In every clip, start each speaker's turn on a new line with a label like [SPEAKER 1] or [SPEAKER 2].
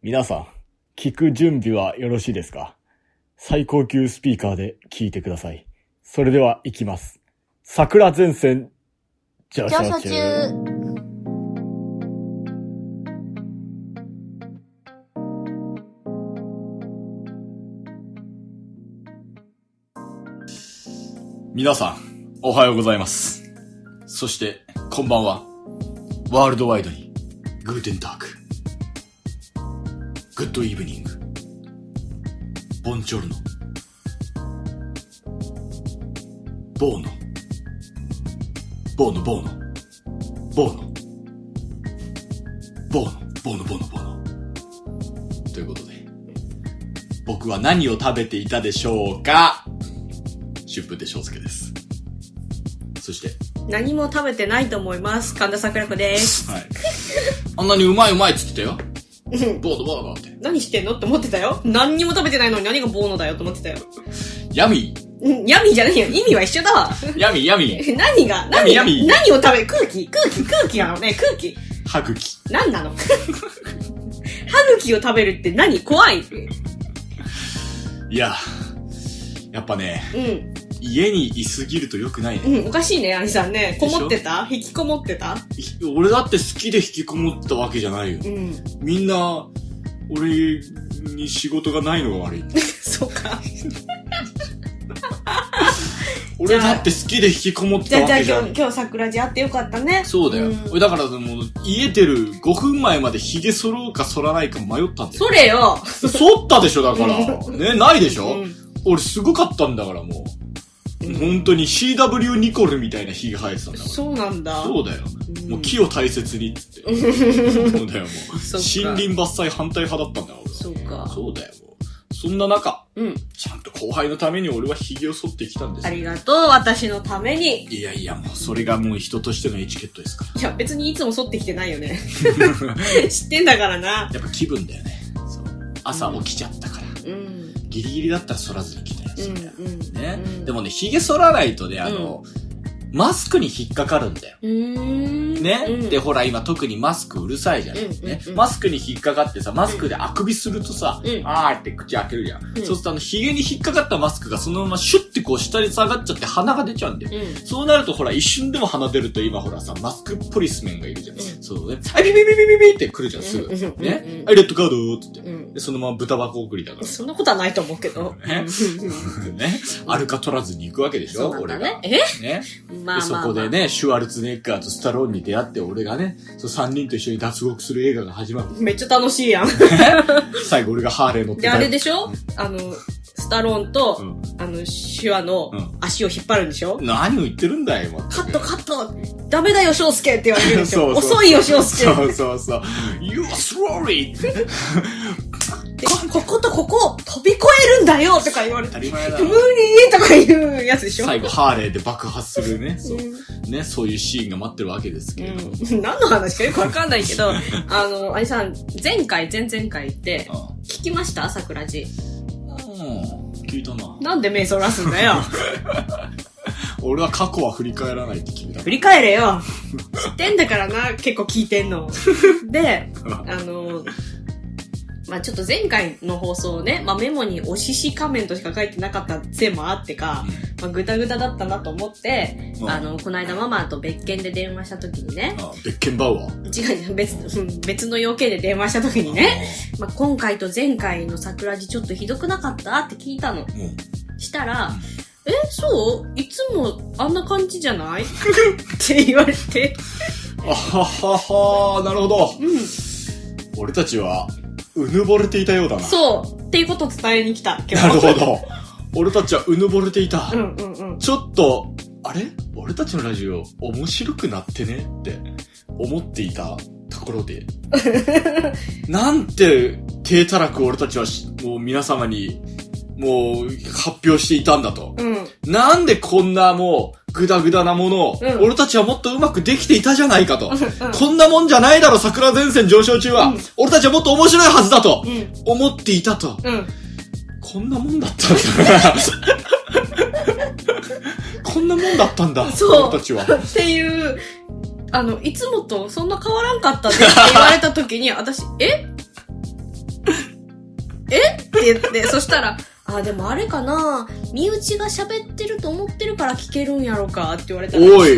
[SPEAKER 1] 皆さん、聞く準備はよろしいですか最高級スピーカーで聞いてください。それでは行きます。桜前線、上
[SPEAKER 2] 上
[SPEAKER 1] 昇
[SPEAKER 2] 昇
[SPEAKER 1] 中。
[SPEAKER 2] 中。
[SPEAKER 1] 皆さん、おはようございます。そして、こんばんは。ワールドワイドに、グーテンターク。グッドイブニング。ボンチョルノ。ボーノ。ボーノ、ボーノ。ボーノ。ボーノ、ボーノ、ボーノ、ボーノ。ということで、僕は何を食べていたでしょうか春風亭昇介です。そして、
[SPEAKER 3] 何も食べてないと思います。神田桜子です。
[SPEAKER 1] はい。あんなにうまいうまいっつってたよ。ボードボードって。
[SPEAKER 3] 何してんのって思ってたよ。何にも食べてないのに何がボーノだよって思ってたよ。
[SPEAKER 1] 闇、
[SPEAKER 3] うん闇じゃないよ。意味は一緒だわ。
[SPEAKER 1] 闇、闇、
[SPEAKER 3] 何が、何が、
[SPEAKER 1] 闇闇
[SPEAKER 3] 何を食べ、空気空気空気なのね、空気。
[SPEAKER 1] 歯茎。
[SPEAKER 3] 何なの 歯茎を食べるって何怖い。う
[SPEAKER 1] いや、やっぱね、
[SPEAKER 3] ん。
[SPEAKER 1] 家にいすぎると良くないね。
[SPEAKER 3] うん、おかしいね、アニさんね。こ
[SPEAKER 1] でしょ
[SPEAKER 3] もってた引きこもってた
[SPEAKER 1] ひ俺だって好きで引きこもったわけじゃないよ。
[SPEAKER 3] うん。
[SPEAKER 1] みんな、俺に仕事がないのが悪い。
[SPEAKER 3] そうか。
[SPEAKER 1] 俺だって好きで引きこもっ
[SPEAKER 3] じ
[SPEAKER 1] た
[SPEAKER 3] ゃあ、
[SPEAKER 1] わ
[SPEAKER 3] じゃあ
[SPEAKER 1] けじゃ
[SPEAKER 3] 今
[SPEAKER 1] ん
[SPEAKER 3] 日、。今日桜地あってよかったね。
[SPEAKER 1] そうだよ
[SPEAKER 3] ん。
[SPEAKER 1] 俺だからもう、家出る5分前まで髭剃ろうか剃らないか迷ったんだよ。
[SPEAKER 3] それよ。
[SPEAKER 1] 剃ったでしょ、だから。ね、ないでしょ、
[SPEAKER 3] うん
[SPEAKER 1] 俺すごかったんだからもう、
[SPEAKER 3] うん
[SPEAKER 1] 本当に CW ニコルみたいな日が生えてたんだから
[SPEAKER 3] そうなんだ。
[SPEAKER 1] そうだよ、
[SPEAKER 3] うん
[SPEAKER 1] もう木を大切にっ つってそうだよもう
[SPEAKER 3] そっか
[SPEAKER 1] 森林伐採反対派だったんだから俺
[SPEAKER 3] そうか。
[SPEAKER 1] そうだよもうそんな中
[SPEAKER 3] うん。
[SPEAKER 1] ちゃんと後輩のために俺は髭を剃ってきたんです
[SPEAKER 3] あ
[SPEAKER 1] よ
[SPEAKER 3] りがとう、私のために。
[SPEAKER 1] いやいやもうそれがもう人としてのエチケットですか
[SPEAKER 3] いや、別にいつも剃ってきてない よね。知ってんだからな。
[SPEAKER 1] らやっぱ気分だよねそう朝起きちゃったから、
[SPEAKER 3] うん。うん。
[SPEAKER 1] ギリギリだったら剃らずに来たよ、そりゃ
[SPEAKER 3] うん。
[SPEAKER 1] ね、
[SPEAKER 3] うん
[SPEAKER 1] でもね髭剃らないとねあの、マスクに引っかかるんだよ
[SPEAKER 3] うーん。
[SPEAKER 1] ね、
[SPEAKER 3] うん
[SPEAKER 1] で、ほら、今特にマスクうるさいじゃん。
[SPEAKER 3] うんうん
[SPEAKER 1] ね
[SPEAKER 3] うん
[SPEAKER 1] マスクに引っかかってさ、マスクであくびするとさ、
[SPEAKER 3] うん
[SPEAKER 1] あーって口開けるじゃん。
[SPEAKER 3] うん
[SPEAKER 1] そうするとあの、髭に引っかかったマスクがそのままシュッてこう下に下がっちゃって鼻が出ちゃうんだよ。
[SPEAKER 3] うん。
[SPEAKER 1] そうなるとほら、一瞬でも鼻出ると今ほらさ、マスクポリスメンがいるじゃん。
[SPEAKER 3] うん
[SPEAKER 1] そうね。あ、ビビビビビビって来るじゃん、すぐ。
[SPEAKER 3] うんうんうん
[SPEAKER 1] ね。はい、レッドカードーっつって。
[SPEAKER 3] うん。
[SPEAKER 1] で、そのまま豚箱送りだか
[SPEAKER 3] そんなことはないと思うけど。
[SPEAKER 1] ねら。ね。アルカ取らずに行くわけでしょ、
[SPEAKER 3] そうな
[SPEAKER 1] 俺
[SPEAKER 3] んだ
[SPEAKER 1] が。
[SPEAKER 3] ね。
[SPEAKER 1] ね。
[SPEAKER 3] えまあまあまあ。
[SPEAKER 1] でそこでね、シュワルツェネッガーとスタローンに出会って、俺がね、そう3人と一緒に脱獄する映画が始まる。
[SPEAKER 3] めっちゃ楽しいやん。
[SPEAKER 1] 最後俺がハーレー乗って
[SPEAKER 3] で、
[SPEAKER 1] た
[SPEAKER 3] あれでしょあの、スタローンと、
[SPEAKER 1] うん
[SPEAKER 3] あの、シュワの
[SPEAKER 1] うん
[SPEAKER 3] 足を引っ張るんでしょ、
[SPEAKER 1] 何を言ってるんだよ、今。
[SPEAKER 3] カットカットダメだよ、翔介って言われるでしょ
[SPEAKER 1] そうそう
[SPEAKER 3] 遅いよ、翔介
[SPEAKER 1] そうそうそう。You're sorry!
[SPEAKER 3] でこことここを飛び越えるんだよとか言われ
[SPEAKER 1] 当
[SPEAKER 3] て
[SPEAKER 1] た、り前だ
[SPEAKER 3] 無。理とか言うやつでしょ
[SPEAKER 1] 最後、ハーレーで爆発するね、そうう。ね、そういうシーンが待ってるわけですけれども。
[SPEAKER 3] ん、何の話かよくわかんないけど、あの、あいさん、前回、前々回って、聞きました桜地。
[SPEAKER 1] うん。聞いたな。
[SPEAKER 3] なんで目そらすんだよ。
[SPEAKER 1] 俺は過去は振り返らないって決めた。
[SPEAKER 3] 振り返れよ。知ってんだからな、結構聞いてんの。で、あの、まあちょっと前回の放送をね、まあメモにおしし仮面としか書いてなかったせいもあってか、まあグダグダだったなと思って、
[SPEAKER 1] うん
[SPEAKER 3] あの、この間ママと別件で電話した時にね、
[SPEAKER 1] あ、ベッケンバウアー。
[SPEAKER 3] 違う、別、 うん別の要件で電話した時にね、まあ今回と前回の桜地ちょっとひどくなかったって聞いたの。
[SPEAKER 1] うん。うん。
[SPEAKER 3] したら、え、そういつもあんな感じじゃないって言われて、
[SPEAKER 1] あははは、なるほど。
[SPEAKER 3] うん、
[SPEAKER 1] 俺たちは、うぬぼれていたようだな。
[SPEAKER 3] そうっていうことを伝えに来た、今
[SPEAKER 1] なる
[SPEAKER 3] 日。
[SPEAKER 1] ほど。俺たちはうぬぼれていた。
[SPEAKER 3] うんうんうん。
[SPEAKER 1] ちょっと、あれ俺たちのラジオ面白くなってねって思っていたところ で。なんて、低たらく俺たちはしもう皆様に、もう発表していたんだと。
[SPEAKER 3] うん。
[SPEAKER 1] なんでこんなもう、グダグダなものを、
[SPEAKER 3] うん
[SPEAKER 1] 俺たちはもっとうまくできていたじゃないかと。
[SPEAKER 3] うん
[SPEAKER 1] こんなもんじゃないだろ、桜前線上昇中は。
[SPEAKER 3] うん
[SPEAKER 1] 俺たちはもっと面白いはずだと
[SPEAKER 3] うん。
[SPEAKER 1] 思っていたと。
[SPEAKER 3] うん。
[SPEAKER 1] こんなもんだったんだ。 こんなもんだったんだ。
[SPEAKER 3] そう
[SPEAKER 1] 俺たちは。
[SPEAKER 3] っていう、 あの、いつもとそんな変わらんかったねって言われた時に、私、えって言って、そしたら、あ、でもあれかな身内が喋ってると思ってるから聞けるんやろかって言われたら、
[SPEAKER 1] おい。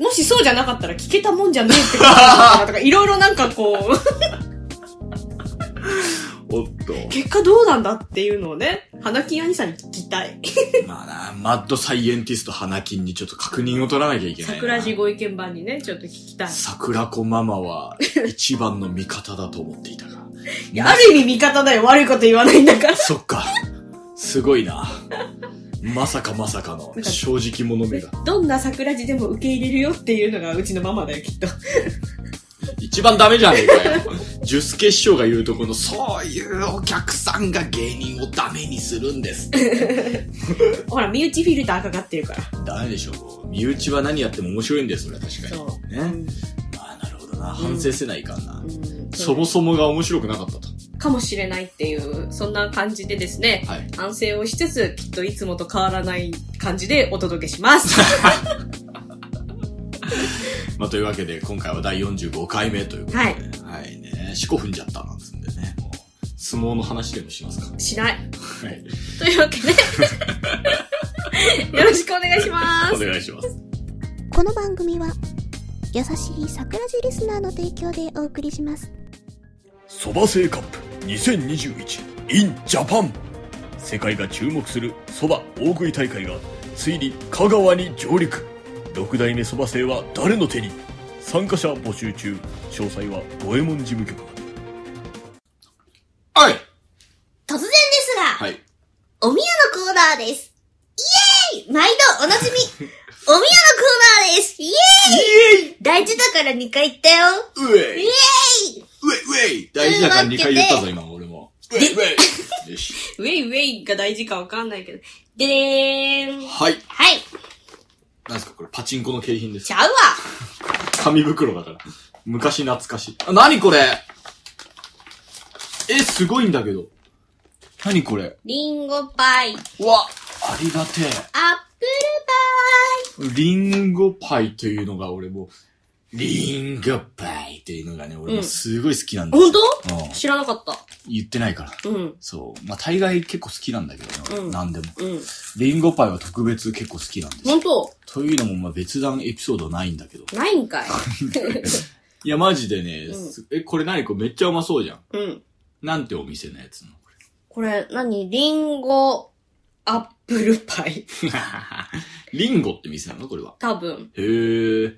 [SPEAKER 3] もしそうじゃなかったら聞けたもんじゃねえってことだったなとか、い ろいろなんかこう、
[SPEAKER 1] おっと。
[SPEAKER 3] 結果どうなんだっていうのをね、花金兄さんに聞きたい。
[SPEAKER 1] まあな、マッドサイエンティスト花金にちょっと確認を取らなきゃいけないな。
[SPEAKER 3] 桜地ご意見番にね、ちょっと聞きたい。
[SPEAKER 1] 桜子ママは一番の味方だと思っていたが。
[SPEAKER 3] いや、ある意味味方だよ。悪いこと言わないんだから。
[SPEAKER 1] そっか。すごいな。まさかまさかの正直者目が。
[SPEAKER 3] どんな桜地でも受け入れるよっていうのがうちのママだよ、きっと。
[SPEAKER 1] 一番ダメじゃねえかよ。ジュスケ師匠が言うとこの、そういうお客さんが芸人をダメにするんです。
[SPEAKER 3] ほら、身内フィルターかかってるから。
[SPEAKER 1] ダメでしょ。身内は何やっても面白いんです、それは確か
[SPEAKER 3] そう。
[SPEAKER 1] に。ね。まあなるほどな。反省せないかんな。
[SPEAKER 3] うん
[SPEAKER 1] そもそもが面白くなかったと。
[SPEAKER 3] かもしれないっていう、そんな感じでですね、
[SPEAKER 1] はい。
[SPEAKER 3] 反省をしつつ、きっといつもと変わらない感じでお届けします。
[SPEAKER 1] まあというわけで、今回は第45回目ということで。
[SPEAKER 3] は
[SPEAKER 1] はいい。ね。四股踏んじゃったなんつうんでね。もう相撲の話でもしますか。
[SPEAKER 3] しない。
[SPEAKER 1] はい。
[SPEAKER 3] というわ けで、よろしくお願いしま
[SPEAKER 1] お
[SPEAKER 3] す。
[SPEAKER 1] 願いします。
[SPEAKER 2] この番組は優しい桜地リスナーの提供でお送りします
[SPEAKER 1] そば製カップ2021 in ジャパン世界が注目するそば大食い大会がついに香川に上陸6代目そば製は誰の手に参加者募集中詳細は五右衛門事務局はい
[SPEAKER 2] 突然ですが、
[SPEAKER 1] はい
[SPEAKER 2] おみやのコーナーですイエーイ毎度おなじみおみやのコーナーですイエーイ大事だから2回言ったよ
[SPEAKER 1] うえ
[SPEAKER 2] イ
[SPEAKER 1] いう
[SPEAKER 2] エーイ
[SPEAKER 1] えい大事だから2回言ったぞ今俺もうえいうえいよし
[SPEAKER 3] ウェイウェイが大事かわかんないけど。でーん。
[SPEAKER 1] はい
[SPEAKER 3] はい。
[SPEAKER 1] なんですかこれパチンコの景品です
[SPEAKER 3] ちゃうわ。
[SPEAKER 1] 紙袋だから。昔懐かしい。あ、なにこれえ、すごいんだけど。なにこれ
[SPEAKER 3] リンゴパイ、アップ
[SPEAKER 1] うわ、ありがて
[SPEAKER 3] ル
[SPEAKER 1] え。リンゴパイというのが俺もう、リンゴパイっていうのがね、俺もすごい好きなん
[SPEAKER 3] パ
[SPEAKER 1] で
[SPEAKER 3] イ。
[SPEAKER 1] す
[SPEAKER 3] ほん
[SPEAKER 1] よ。
[SPEAKER 3] と
[SPEAKER 1] うん
[SPEAKER 3] 知らなかった。
[SPEAKER 1] 言ってないから。
[SPEAKER 3] うん。
[SPEAKER 1] そう。まあ、大概結構好きなんだけどね、
[SPEAKER 3] うん
[SPEAKER 1] 何でも。
[SPEAKER 3] うん。
[SPEAKER 1] リンゴパイは特別結構好きなんです
[SPEAKER 3] ほ
[SPEAKER 1] よ。
[SPEAKER 3] んと
[SPEAKER 1] というのも、まあ、別段エピソードないんだけど。
[SPEAKER 3] ないん かい。
[SPEAKER 1] いや、マジでね、
[SPEAKER 3] うん
[SPEAKER 1] すえ、これ何これめっちゃうまそうじゃん。
[SPEAKER 3] うん。
[SPEAKER 1] なんてお店のやつなのこれ。
[SPEAKER 3] これ、何リンゴ、アップルパイ。
[SPEAKER 1] リンゴって店なのこれは。
[SPEAKER 3] 多分。
[SPEAKER 1] へえ。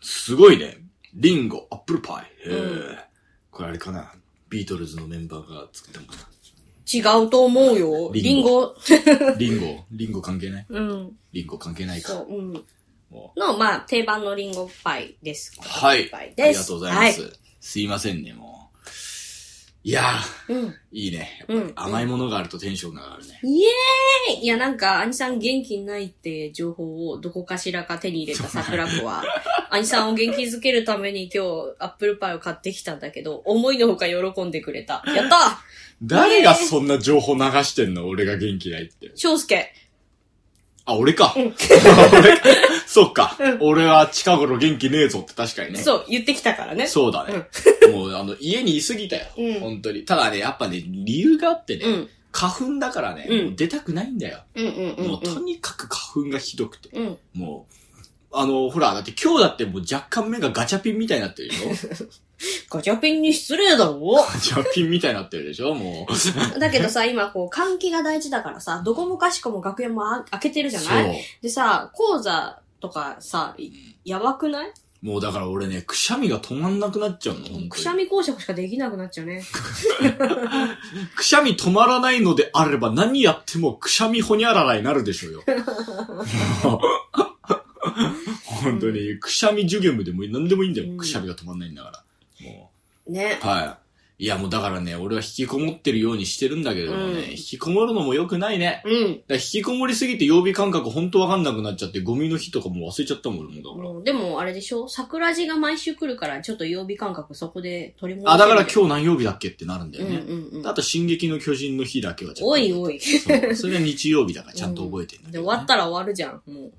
[SPEAKER 1] すごいね。リンゴ、アップルパイ。へえ。
[SPEAKER 3] うん
[SPEAKER 1] これあれかなビートルズのメンバーが作ったもの
[SPEAKER 3] 違うと思うよ。リ
[SPEAKER 1] リン
[SPEAKER 3] ンゴ。
[SPEAKER 1] か。リンゴ、 リンゴ関係ない
[SPEAKER 3] うん。
[SPEAKER 1] リンゴ関係ない
[SPEAKER 3] そ
[SPEAKER 1] か。
[SPEAKER 3] う、うん。
[SPEAKER 1] も
[SPEAKER 3] の、まあ、定番のリンゴパイです。
[SPEAKER 1] うは
[SPEAKER 3] アップル
[SPEAKER 1] い。
[SPEAKER 3] パイです
[SPEAKER 1] ありがとうございます。
[SPEAKER 3] は
[SPEAKER 1] すいませんね、もう。いや
[SPEAKER 3] うん。
[SPEAKER 1] ー、いいね。
[SPEAKER 3] うん。
[SPEAKER 1] 甘いものがあるとテンションが上がるね。
[SPEAKER 3] イエーイいや、なんか、兄さん元気ないって情報をどこかしらか手に入れた桜子は、兄さんを元気づけるために今日、アップルパイを買ってきたんだけど、思いのほか喜んでくれた。やった
[SPEAKER 1] 誰がそんな情報流してんの俺が元気ないって。
[SPEAKER 3] 翔介
[SPEAKER 1] あ、俺か。
[SPEAKER 3] うん
[SPEAKER 1] 俺かそっか、
[SPEAKER 3] うん
[SPEAKER 1] 俺は近頃元気ねえぞって確かにね。
[SPEAKER 3] そう、言ってきたからね。
[SPEAKER 1] そうだね。もう、あの、家にいすぎたよ。
[SPEAKER 3] うん
[SPEAKER 1] 本当に。ただね、やっぱね、理由があってね、
[SPEAKER 3] うん。
[SPEAKER 1] 花粉だからね、
[SPEAKER 3] うん
[SPEAKER 1] もう出たくないんだよ。
[SPEAKER 3] うんうんうん
[SPEAKER 1] もう、とにかく花粉がひどくて。
[SPEAKER 3] うん。うん。
[SPEAKER 1] もう、あの、ほら、だって今日だってもう若干目がガチャピンみたいになってるでしょ
[SPEAKER 3] ガチャピンに失礼だろ
[SPEAKER 1] ガチャピンみたいになってるでしょもう。そ。
[SPEAKER 3] だけどさ、今こう、換気が大事だからさ、どこもかしこも学園もあ開けてるじゃないうでさ、講座とかさ、いやばくない
[SPEAKER 1] もうだから俺ね、くしゃみが止まんなくなっちゃうの、本当に。
[SPEAKER 3] くしゃみ講釈しかできなくなっちゃうね。
[SPEAKER 1] くしゃみ止まらないのであれば何やってもくしゃみほにゃららになるでしょうよ。本当に、くしゃみ授業部でも何でもいいんだよ。
[SPEAKER 3] うん
[SPEAKER 1] くしゃみが止まんないんだから。も
[SPEAKER 3] ね
[SPEAKER 1] う。。はい。いやもうだからね、俺は引きこもってるようにしてるんだけどもね、
[SPEAKER 3] うん
[SPEAKER 1] 引きこもるのも良くないね。
[SPEAKER 3] うん。
[SPEAKER 1] だから引きこもりすぎて曜日感覚ほんとわかんなくなっちゃって、ゴミの日とかも忘れちゃったもん、俺もだから。
[SPEAKER 3] もうでも、あれでしょ桜地が毎週来るから、ちょっと曜日感覚そこで取り戻
[SPEAKER 1] あ、だから
[SPEAKER 3] 日
[SPEAKER 1] 今日何曜日だっけってなるんだよね。
[SPEAKER 3] うんうんうん。
[SPEAKER 1] あと、進撃の巨人の日だけはちゃんと
[SPEAKER 3] お
[SPEAKER 1] 覚え
[SPEAKER 3] い
[SPEAKER 1] て。
[SPEAKER 3] お
[SPEAKER 1] そ
[SPEAKER 3] い。
[SPEAKER 1] うそれが日曜日だからちゃんと覚えてるんだけ
[SPEAKER 3] で、
[SPEAKER 1] ど
[SPEAKER 3] 終
[SPEAKER 1] ね、
[SPEAKER 3] わったら終わるじゃん。もう。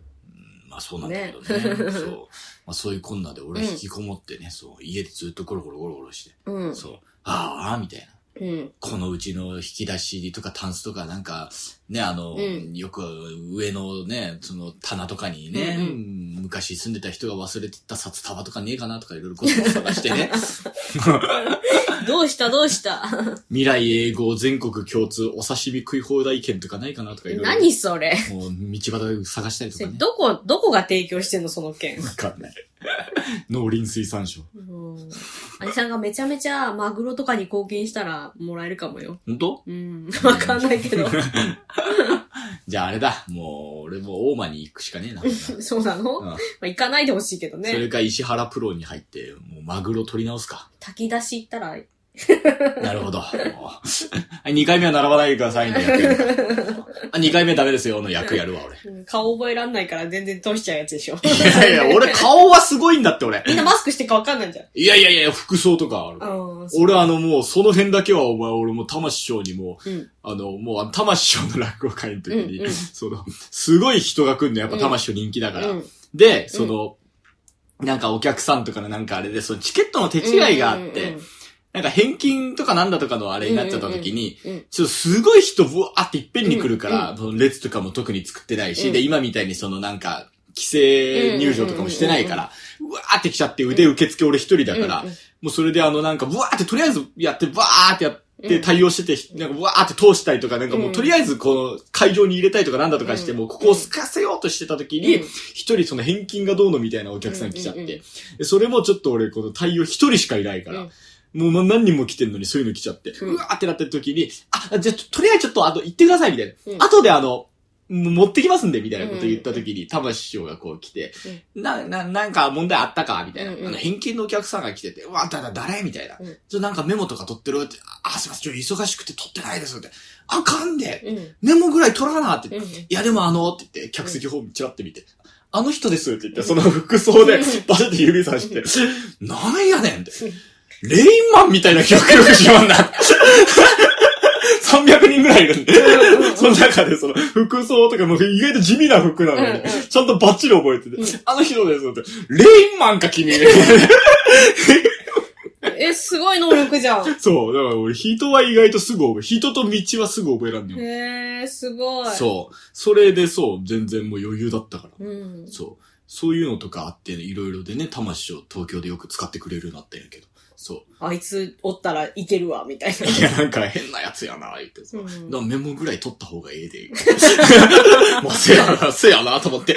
[SPEAKER 1] まあそうなんだけどね。 そう。まあそういうこんなで俺は引きこもってね、そう、家でずっとゴロゴロゴロゴロして、
[SPEAKER 3] うん。
[SPEAKER 1] そう、あーあーみたいな。
[SPEAKER 3] うん。
[SPEAKER 1] このうちの引き出しとかタンスとかなんか、ね、あの、
[SPEAKER 3] うん
[SPEAKER 1] よく上のね、その棚とかにね、
[SPEAKER 3] うんう
[SPEAKER 1] 昔住んでた人が忘れてた札束とかねえかなとかいろいろこそこそ探して ね、
[SPEAKER 3] どうしたどうした
[SPEAKER 1] 未来英語全国共通お刺身食い放題券とかないかなとかいろいろ。
[SPEAKER 3] 何それ
[SPEAKER 1] もう道端で探したりと
[SPEAKER 3] そ
[SPEAKER 1] か
[SPEAKER 3] れ
[SPEAKER 1] ね。
[SPEAKER 3] どこ、どこが提供してんのその件。
[SPEAKER 1] わかんない。農林水産省。
[SPEAKER 3] うん。兄さんがめちゃめちゃマグロとかに貢献したらもらえるかもよ。
[SPEAKER 1] 本当
[SPEAKER 3] うん。わかんないけど。
[SPEAKER 1] じゃああれだ。もう、俺も大間に行くしかね えな。
[SPEAKER 3] そうなの、
[SPEAKER 1] うん
[SPEAKER 3] まあ、行かないでほしいけど
[SPEAKER 1] それ
[SPEAKER 3] ね。
[SPEAKER 1] か石原プロに入って、もうマグロ取り直すか。
[SPEAKER 3] 炊き出し行ったら、
[SPEAKER 1] なるほど。 もうはい、2回目は並ばないでくださいね、役やる あ、2回目ダメですよ、の役やるわ、俺。
[SPEAKER 3] うん顔覚えらんないから全然通しちゃうやつでしょ。
[SPEAKER 1] いやいや、俺顔はすごいんだって、俺。
[SPEAKER 3] みんなマスクしてるかわかんないんじゃん。
[SPEAKER 1] いやいやいや、服装とかある。
[SPEAKER 3] うん。
[SPEAKER 1] 俺あのもう、その辺だけはお前、俺もう玉師匠にもう、
[SPEAKER 3] うん
[SPEAKER 1] あの、もうあの玉師匠の落語会の時に、
[SPEAKER 3] うんうん
[SPEAKER 1] その、すごい人が来るの、やっぱ玉師匠人気だから。
[SPEAKER 3] うん。
[SPEAKER 1] で、その、なんかお客さんとかのなんかあれで、そのチケットの手違いがあって、なんか返金とかなんだとかのあれになっちゃった時に、
[SPEAKER 3] うんうんうん
[SPEAKER 1] ちょっとすごい人ブワーっていっぺんに来るから、その列とかも特に作ってないし、
[SPEAKER 3] うん
[SPEAKER 1] で、今みたいにそのなんか、規制入場とかもしてないから、うわーって来ちゃって腕受付俺一人だから、
[SPEAKER 3] うんうん
[SPEAKER 1] もうそれであのなんか、ブワーってとりあえずやって、バーってやっ
[SPEAKER 3] う
[SPEAKER 1] て
[SPEAKER 3] ん
[SPEAKER 1] 対応してて、なんかブワーって通したりとか、なんかもううんとりあえずこの会場に入れたいとかなんだとかして、
[SPEAKER 3] うん
[SPEAKER 1] もうここをすかせようとしてた時に
[SPEAKER 3] うん、
[SPEAKER 1] 一人その返金がどうのみたいなお客さん来ちゃっ
[SPEAKER 3] うんうん
[SPEAKER 1] て、でそれもちょっと俺この対応一人しかいないから、もうな何人も来てんのにそういうの来ちゃって、
[SPEAKER 3] う
[SPEAKER 1] うんわーってなった時に、あ、じゃあととりあえずちょっとあと行ってくださいみたいな。
[SPEAKER 3] うん
[SPEAKER 1] 後であの、もう持ってきますんで、みたいなこと言った時に、玉師匠がこう来て、な、な、なんか問題あったかみたいな。
[SPEAKER 3] うんうん
[SPEAKER 1] あの、偏見のお客さんが来てて、うわ、だ、だ、誰みたいな。
[SPEAKER 3] うん
[SPEAKER 1] ちょ、なんかメモとか取ってるって、あ、すいません、ちょ、忙しくて取ってないですって。あかんで、
[SPEAKER 3] うん。うん
[SPEAKER 1] メモぐらい取らなって言って、
[SPEAKER 3] うん
[SPEAKER 1] いや、でもあの、って言って、客席方面チラって見て、あの人ですって言って、その服装で
[SPEAKER 3] うん、
[SPEAKER 1] バシャって指さして、なんやねんって
[SPEAKER 3] うん。
[SPEAKER 1] レインマンみたいな記憶力自慢だ。300人ぐらいいるんで、その中でその服装とかも意外と地味な服なの
[SPEAKER 3] うんう
[SPEAKER 1] に
[SPEAKER 3] ん、
[SPEAKER 1] ちゃんとバッチリ覚えてて
[SPEAKER 3] うん、
[SPEAKER 1] あの人ですって、レインマンか君。
[SPEAKER 3] え、すごい能力じゃん。
[SPEAKER 1] そう、だから俺人は意外とすぐ覚え、人と道はすぐ覚えらんのよ。
[SPEAKER 3] へえ、すごい。
[SPEAKER 1] そう。それでそう、全然もう余裕だったから。
[SPEAKER 3] う。うん。
[SPEAKER 1] そう。そういうのとかあって、いろいろでね、魂を東京でよく使ってくれるようになったんやけど。そ
[SPEAKER 3] あいつおったらいけるわ、みたいな
[SPEAKER 1] う。。いや、なんか変なやつやな、言ってさ。
[SPEAKER 3] う
[SPEAKER 1] だか
[SPEAKER 3] ん
[SPEAKER 1] らメモぐらい取った方がええで。まあ、せやな、せやな、と思って。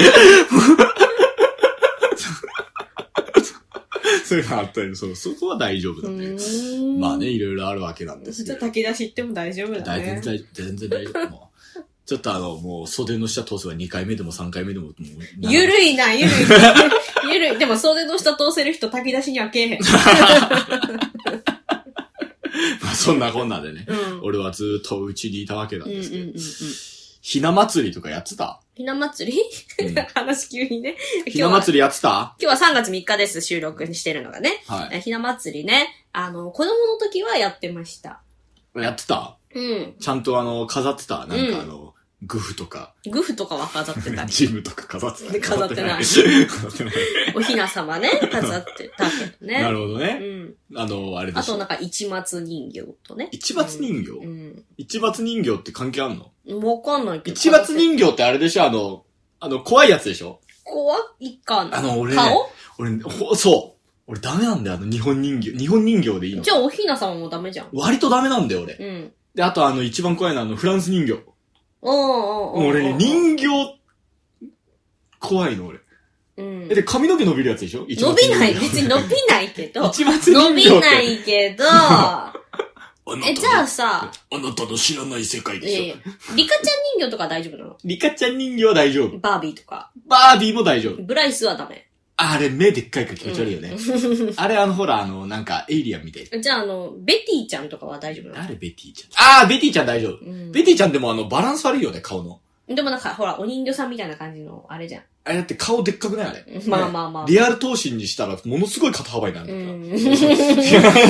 [SPEAKER 1] そういうのあったり、そう、そこは大丈夫だね。まあね、。いろいろあるわけなん
[SPEAKER 3] う
[SPEAKER 1] で
[SPEAKER 3] ん
[SPEAKER 1] す
[SPEAKER 3] じ
[SPEAKER 1] け
[SPEAKER 3] ゃあ
[SPEAKER 1] ど。
[SPEAKER 3] 炊き出し行っても大丈夫だ
[SPEAKER 1] 大全
[SPEAKER 3] ね。
[SPEAKER 1] 然大、全然大丈夫。もうちょっとあの、もう袖の下通せば2回目でも3回目でも、もう。
[SPEAKER 3] ゆるいな、ゆるい。ゆるい。でも袖の下通せる人炊き出しにはけえへん。
[SPEAKER 1] まあそんなこんなでね。
[SPEAKER 3] うん。
[SPEAKER 1] 俺はずっとうちにいたわけなん
[SPEAKER 3] うんうん
[SPEAKER 1] ですけど、
[SPEAKER 3] うんうん。
[SPEAKER 1] ひな祭りとかやってた、
[SPEAKER 3] ひな祭り 話急にね。
[SPEAKER 1] ひな祭りやってた
[SPEAKER 3] 今日は今日は3月3日です、収録にしてるのがね。
[SPEAKER 1] は
[SPEAKER 3] えひな祭りね。あの、子供の時はやってました。
[SPEAKER 1] い。やってた
[SPEAKER 3] うん。
[SPEAKER 1] ちゃんとあの、飾ってたなん
[SPEAKER 3] うん
[SPEAKER 1] かあの、グフとか、
[SPEAKER 3] グフとかは飾って たり。
[SPEAKER 1] ジムとか飾ってた。
[SPEAKER 3] 飾ってない
[SPEAKER 1] 飾ってない。
[SPEAKER 3] おひな様ね、飾ってたけどね。
[SPEAKER 1] なるほどね。
[SPEAKER 3] うん。
[SPEAKER 1] あの、あれで
[SPEAKER 3] あ
[SPEAKER 1] し
[SPEAKER 3] と
[SPEAKER 1] ょ
[SPEAKER 3] なんか一松人形とね。
[SPEAKER 1] 一松人形、
[SPEAKER 3] うん。
[SPEAKER 1] 一松人形って関係あんの
[SPEAKER 3] わかんないけど。
[SPEAKER 1] 一松人形ってあれでしょあの、あの、怖いやつでしょ
[SPEAKER 3] 怖いかな。
[SPEAKER 1] あの、俺ね、
[SPEAKER 3] 顔
[SPEAKER 1] 俺、ほそう。俺ダメなんだよ、あの、日本人形。日本人形でいいの
[SPEAKER 3] じ。ゃあおひな様もダメじゃん。
[SPEAKER 1] 割とダメなんだよ、俺。
[SPEAKER 3] うん。
[SPEAKER 1] で、あとあの、一番怖いのはあの、フランス人形。
[SPEAKER 3] おうおうおうおう
[SPEAKER 1] 俺ね、人形、怖いの、俺。
[SPEAKER 3] うん
[SPEAKER 1] え、で、髪の毛伸びるやつでしょ一
[SPEAKER 3] 伸
[SPEAKER 1] 松人
[SPEAKER 3] び
[SPEAKER 1] 形
[SPEAKER 3] ない、別に伸びないけ ど。
[SPEAKER 1] 一松人形。
[SPEAKER 3] 伸びな。い けど。え、じゃ
[SPEAKER 1] さ、
[SPEAKER 3] あさ、
[SPEAKER 1] あなたの知らない世界
[SPEAKER 3] いやいや、リカちゃん人形とか大丈夫なの
[SPEAKER 1] リカちゃん人形は大丈夫。
[SPEAKER 3] バービーとか。
[SPEAKER 1] バービーも大丈夫。
[SPEAKER 3] ブライスはダメ。
[SPEAKER 1] あれ、目でっかいから気持ち悪いよね。あれ、あの、ほら、あの、なんか、エイリアンみたい。
[SPEAKER 3] じゃあ、あの、ベティちゃんとかは大丈夫なの
[SPEAKER 1] 誰、ベティちゃん。あー、ベティちゃん大丈夫。
[SPEAKER 3] うん
[SPEAKER 1] ベティちゃんでもあの、バランス悪いよね、顔の。
[SPEAKER 3] でもなんか、ほら、お人形さんみたいな感じの、あれじゃん。
[SPEAKER 1] あれだって顔でっかくないあれ。
[SPEAKER 3] まあまあまあ。
[SPEAKER 1] リアル闘身にしたら、ものすごい肩幅になるん
[SPEAKER 3] う
[SPEAKER 1] だけど。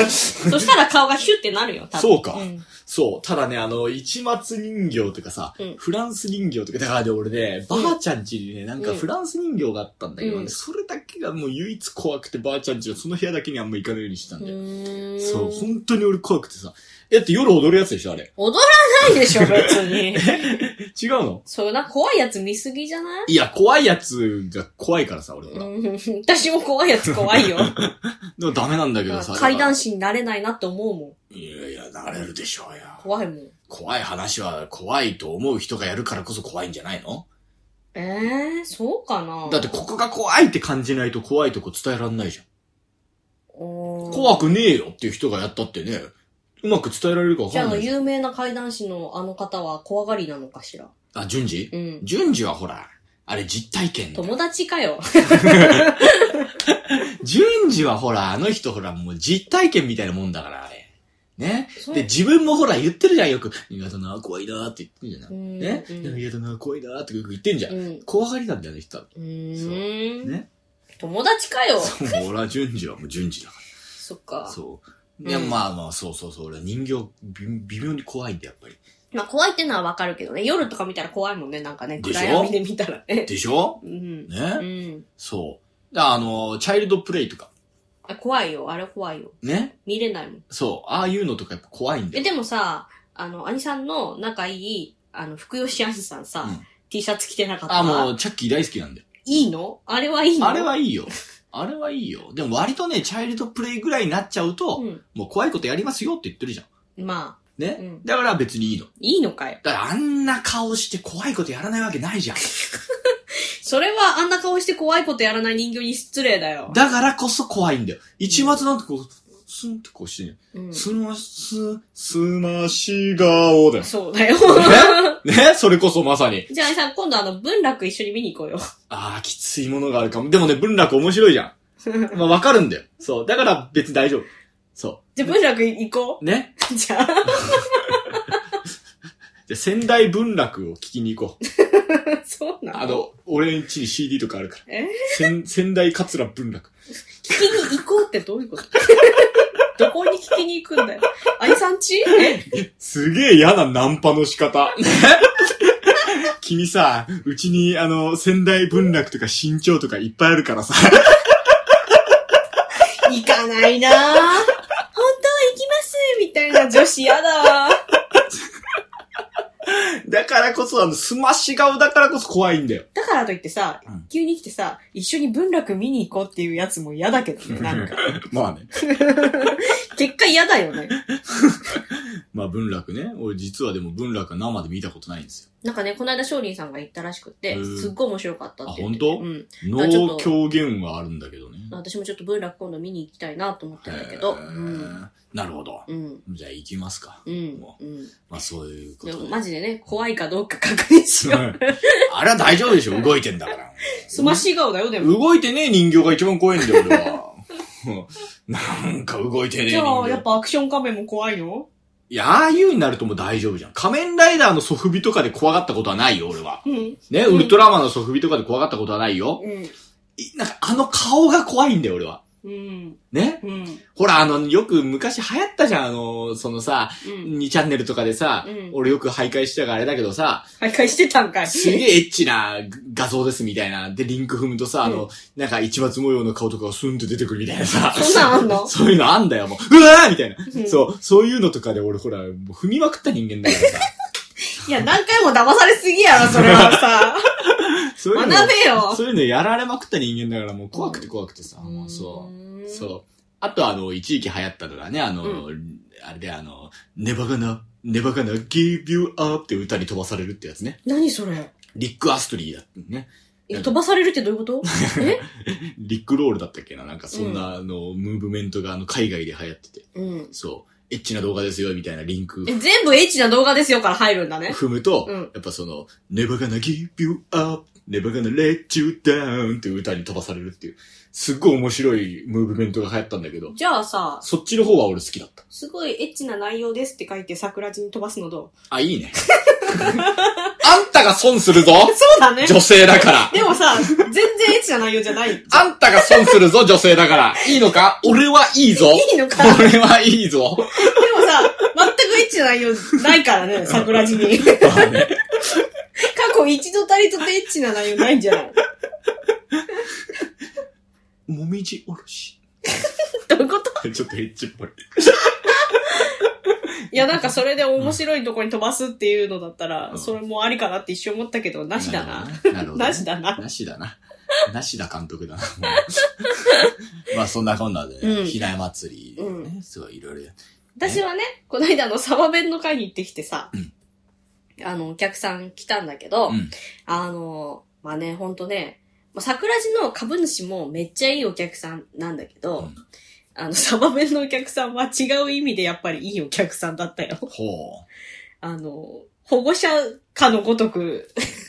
[SPEAKER 3] ん。 そしたら顔がヒュってなるよ、多分。
[SPEAKER 1] そうか
[SPEAKER 3] ん
[SPEAKER 1] そう。ただね、あの、市松人形とかさ、
[SPEAKER 3] うん
[SPEAKER 1] フランス人形とか、だからね、俺ね、ばあちゃん家にね、なんか
[SPEAKER 3] うん
[SPEAKER 1] フランス人形があったんだけどね、
[SPEAKER 3] うん
[SPEAKER 1] それだけがもう唯一怖くて、ばあちゃん家のその部屋だけにあんま行かないようにしてたんだよ。
[SPEAKER 3] うーん
[SPEAKER 1] そう、本当に俺怖くてさ、えって夜踊るやつでしょあれ。
[SPEAKER 3] 踊らないでしょ、別に。
[SPEAKER 1] 違うの
[SPEAKER 3] そうな、怖いやつ見すぎじゃない
[SPEAKER 1] いや、怖いやつが怖いからさ、俺は。
[SPEAKER 3] うん私も怖いやつ怖いよ。
[SPEAKER 1] でもダメなんだけどさ。
[SPEAKER 3] 階段
[SPEAKER 1] だか
[SPEAKER 3] 師になれないなって思うもん。
[SPEAKER 1] らいやいや、なれるでしょうよ。
[SPEAKER 3] 怖いもん。
[SPEAKER 1] 怖い話は怖いと思う人がやるからこそ怖いんじゃないの
[SPEAKER 3] ええー、そうかな
[SPEAKER 1] だってここが怖いって感じないと怖いとこ伝えらんないじゃん。
[SPEAKER 3] 怖
[SPEAKER 1] 怖くねえよっていう人がやったってね、うまく伝えられるかわ
[SPEAKER 3] じゃ
[SPEAKER 1] か
[SPEAKER 3] あ
[SPEAKER 1] ん
[SPEAKER 3] あ
[SPEAKER 1] な
[SPEAKER 3] の、
[SPEAKER 1] いじゃん。
[SPEAKER 3] 有名な怪談師のあの方は怖がりなのかしら。
[SPEAKER 1] あ、順次
[SPEAKER 3] うん。
[SPEAKER 1] 順次はほら、あれ実体験だ
[SPEAKER 3] 友達かよ。
[SPEAKER 1] 順次はほら、あの人ほら、もう実体験みたいなもんだから、あれ。ね。
[SPEAKER 3] そう
[SPEAKER 1] で、自分もほら言ってるじゃん、よく。苦手な、怖いなーって言ってるじゃ
[SPEAKER 3] う
[SPEAKER 1] ない。
[SPEAKER 3] ん
[SPEAKER 1] ね。
[SPEAKER 3] うん
[SPEAKER 1] 苦手な、怖いなーってよく言ってんじゃん。
[SPEAKER 3] うん。
[SPEAKER 1] 怖がりなんだよね、人は。
[SPEAKER 3] うーん。
[SPEAKER 1] ね
[SPEAKER 3] 友達かよ。
[SPEAKER 1] そう、もう俺は順次はもう順次だか
[SPEAKER 3] そっ
[SPEAKER 1] ら。
[SPEAKER 3] か。
[SPEAKER 1] そう。
[SPEAKER 3] ん
[SPEAKER 1] いや、まあまあ、そうそうそう。俺は人形、び微妙に怖いんだよ、やっぱり。
[SPEAKER 3] まあ怖いってのはわかるけどね。夜とか見たら怖いもんね。なんかね、
[SPEAKER 1] でしょ
[SPEAKER 3] 暗闇で見たらね。
[SPEAKER 1] でしょ
[SPEAKER 3] うん。う
[SPEAKER 1] ね。
[SPEAKER 3] ん。
[SPEAKER 1] そう。だあの、チャイルドプレイとか。
[SPEAKER 3] あ怖いよ。あれ怖いよ。
[SPEAKER 1] ね。
[SPEAKER 3] 見れないもん。
[SPEAKER 1] そう。ああいうのとかやっぱ怖いんだ
[SPEAKER 3] え、
[SPEAKER 1] よ。
[SPEAKER 3] でもさ、あの、兄さんの仲いい、あの、福吉兄さんさ、
[SPEAKER 1] うん
[SPEAKER 3] T シャツ着てなかった。
[SPEAKER 1] あ、もう、チャッキー大好きなんだよ。
[SPEAKER 3] いいのあれはいいの
[SPEAKER 1] あれはいいよ。あれはいいよ。でも割とね、チャイルドプレイぐらいになっちゃうと、
[SPEAKER 3] うん。
[SPEAKER 1] もう怖いことやりますよって言ってるじゃん。
[SPEAKER 3] まあ、
[SPEAKER 1] ね、
[SPEAKER 3] うん
[SPEAKER 1] だから別にいいの。
[SPEAKER 3] いいのかよ。
[SPEAKER 1] だからあんな顔して怖いことやらないわけないじゃん。
[SPEAKER 3] それはあんな顔して怖いことやらない人形に失礼だよ。
[SPEAKER 1] だからこそ怖いんだよ。一末なんかこう、スンってこうしてね。
[SPEAKER 3] うん。
[SPEAKER 1] すま、す、すまし顔 だよ。
[SPEAKER 3] そうだよ。
[SPEAKER 1] ねそれこそまさに。
[SPEAKER 3] じゃあ、兄さん、今度あの、文楽一緒に見に行こうよ。
[SPEAKER 1] ああ、きついものがあるかも。でもね、文楽面白いじゃん。まあわかるんだよ。そう。だから別に大丈夫。そ
[SPEAKER 3] じゃあ、文楽行こ
[SPEAKER 1] う。ね。
[SPEAKER 3] う。 じゃあ、
[SPEAKER 1] じゃあ仙台文楽を聞きに行こう。
[SPEAKER 3] そうなの
[SPEAKER 1] あ、の、俺ん家に CD とかあるから。
[SPEAKER 3] え
[SPEAKER 1] 仙仙台桂文楽。
[SPEAKER 3] 聞きに行こうってどういうこと どこに聞きに行くんだよ。兄さ んちえ
[SPEAKER 1] すげえ嫌なナンパの仕 方。君さ、うちにあの、仙台文楽とか新潮とかいっぱいあるからさ。
[SPEAKER 3] 行かないなぁ。本当は行きますみたいな女子やだわ。
[SPEAKER 1] だからこそ、あの、スマッシュ顔だからこそ怖いんだよ。
[SPEAKER 3] だからといってさ
[SPEAKER 1] うん、
[SPEAKER 3] 急に来てさ、一緒に文楽見に行こうっていうやつも嫌だ けどね、なんか。
[SPEAKER 1] まあね。
[SPEAKER 3] 結果嫌だよね。
[SPEAKER 1] まあ文楽ね。俺実はでも文楽は生で見たことないんです
[SPEAKER 3] なんかね、この間松林さんが言ったらしくて
[SPEAKER 1] う、ん
[SPEAKER 3] すっごい面白かったって言ってて。
[SPEAKER 1] あ本当
[SPEAKER 3] うん。
[SPEAKER 1] よ。
[SPEAKER 3] あちょっと
[SPEAKER 1] 脳狂言はあるんだけどね。
[SPEAKER 3] 私もちょっと文楽今度見に行きたいなと思ってんだけど。う
[SPEAKER 1] へえ
[SPEAKER 3] ん。
[SPEAKER 1] なるほど。
[SPEAKER 3] うん。
[SPEAKER 1] じゃあ行きますか。
[SPEAKER 3] うん
[SPEAKER 1] も。
[SPEAKER 3] うん。
[SPEAKER 1] まあそういうこ
[SPEAKER 3] で
[SPEAKER 1] と
[SPEAKER 3] も
[SPEAKER 1] で。
[SPEAKER 3] マジでね、怖いかどうか確認しよう。
[SPEAKER 1] あれは大丈夫でしょ動いてんだから。
[SPEAKER 3] すまし顔だよ、でも。
[SPEAKER 1] 動いてねえ人形が一番怖いんだよ、俺は。なんか動いてねえ
[SPEAKER 3] じ
[SPEAKER 1] 人
[SPEAKER 3] ゃあ、
[SPEAKER 1] 形。
[SPEAKER 3] やっぱアクション仮面も怖いの
[SPEAKER 1] いや、ああいうになるともう大丈夫じゃん。仮面ライダーのソフビとかで怖がったことはないよ、俺は。
[SPEAKER 3] うん。
[SPEAKER 1] ね、
[SPEAKER 3] うん
[SPEAKER 1] ウルトラマンのソフビとかで怖がったことはないよ。
[SPEAKER 3] うん。
[SPEAKER 1] いなんかあの顔が怖いんだよ、俺は。
[SPEAKER 3] うん。
[SPEAKER 1] ね
[SPEAKER 3] うん。
[SPEAKER 1] ほら、あの、よく昔流行ったじゃん、あの、そのさ、
[SPEAKER 3] うん。
[SPEAKER 1] 2チャンネルとかでさ、
[SPEAKER 3] うん
[SPEAKER 1] 俺よく徘徊してたからあれだけどさ、
[SPEAKER 3] 徘徊してたんかい。
[SPEAKER 1] すげえエッチな画像ですみたいな。で、リンク踏むとさ、あの、なんか一抜模様の顔とかがスンって出てくるみたいなさ。
[SPEAKER 3] そんなんあん の
[SPEAKER 1] そういうのあんだよ、もう。うわーみたいな。
[SPEAKER 3] うん
[SPEAKER 1] そう、そういうのとかで俺ほら、もう踏みまくった人間だからさ。
[SPEAKER 3] いや、何回も騙されすぎやろ、それはさ。
[SPEAKER 1] そういうの、
[SPEAKER 3] 学べよ。
[SPEAKER 1] そういうのやられまくった人間だからもう怖くて怖くてさ、もうそうう。
[SPEAKER 3] そう。
[SPEAKER 1] そう。あとあの、一時期流行ったのがね、あの、あれであの、ネバガナ、ネバガナ、give you up って歌に飛ばされるってやつね。
[SPEAKER 3] 何それ
[SPEAKER 1] リック・アストリーだってね。
[SPEAKER 3] え飛ばされるってどういうことえ
[SPEAKER 1] リック・ロールだったっけななんかそんな、あの、ムーブメントがあの、海外で流行ってて。
[SPEAKER 3] うん。
[SPEAKER 1] そう。エッチな動画ですよ、みたいなリンク
[SPEAKER 3] え、全部エッチな動画ですよから入るんだね。
[SPEAKER 1] 踏むと、
[SPEAKER 3] うん
[SPEAKER 1] やっぱその、never gonna give you up, never gonna let you down っていう歌に飛ばされるっていう、すっごい面白いムーブメントが流行ったんだけど、
[SPEAKER 3] じゃあさ、
[SPEAKER 1] そっちの方は俺好きだった。
[SPEAKER 3] すごいエッチな内容ですって書いて桜地に飛ばすのどう
[SPEAKER 1] あ、いいね。 あんたが損するぞ
[SPEAKER 3] そうだね
[SPEAKER 1] 女性だから
[SPEAKER 3] でもさ、全然エッチな内容じゃない。い
[SPEAKER 1] あんたが損するぞ女性だからいいのか俺はいいぞ
[SPEAKER 3] いのかでも
[SPEAKER 1] 俺はいいぞ
[SPEAKER 3] さ、全くエッチな内容ないから ね、桜地に。過
[SPEAKER 1] ま あね
[SPEAKER 3] 去一度たりとてエッチな内容ないんじゃない
[SPEAKER 1] もみじおろし。
[SPEAKER 3] どういうこと
[SPEAKER 1] ちょっとエッチっぽい。
[SPEAKER 3] いや、なんかそれで面白いとこに飛ばすっていうのだったら、
[SPEAKER 1] うん
[SPEAKER 3] それもありかなって一瞬思ったけど、なしだな。。
[SPEAKER 1] なるほどね。
[SPEAKER 3] なしだな。
[SPEAKER 1] なしだな。なしだ監督だな。 もうまあそんなこんなで、
[SPEAKER 3] うん
[SPEAKER 1] ひなや祭り、
[SPEAKER 3] う
[SPEAKER 1] ね、すごいいろいろやって。
[SPEAKER 3] 私はね、この間のサバ弁の会に行ってきてさ
[SPEAKER 1] うん、
[SPEAKER 3] あの、お客さん来たんだけど、
[SPEAKER 1] うん
[SPEAKER 3] あの、まあね、ほんとね、まあ桜地の株主もめっちゃいいお客さんなんだけど、
[SPEAKER 1] うん
[SPEAKER 3] あの、サバ弁のお客さんは違う意味でやっぱりいいお客さんだったよ。
[SPEAKER 1] ほう。
[SPEAKER 3] あの、保護者かのごとく、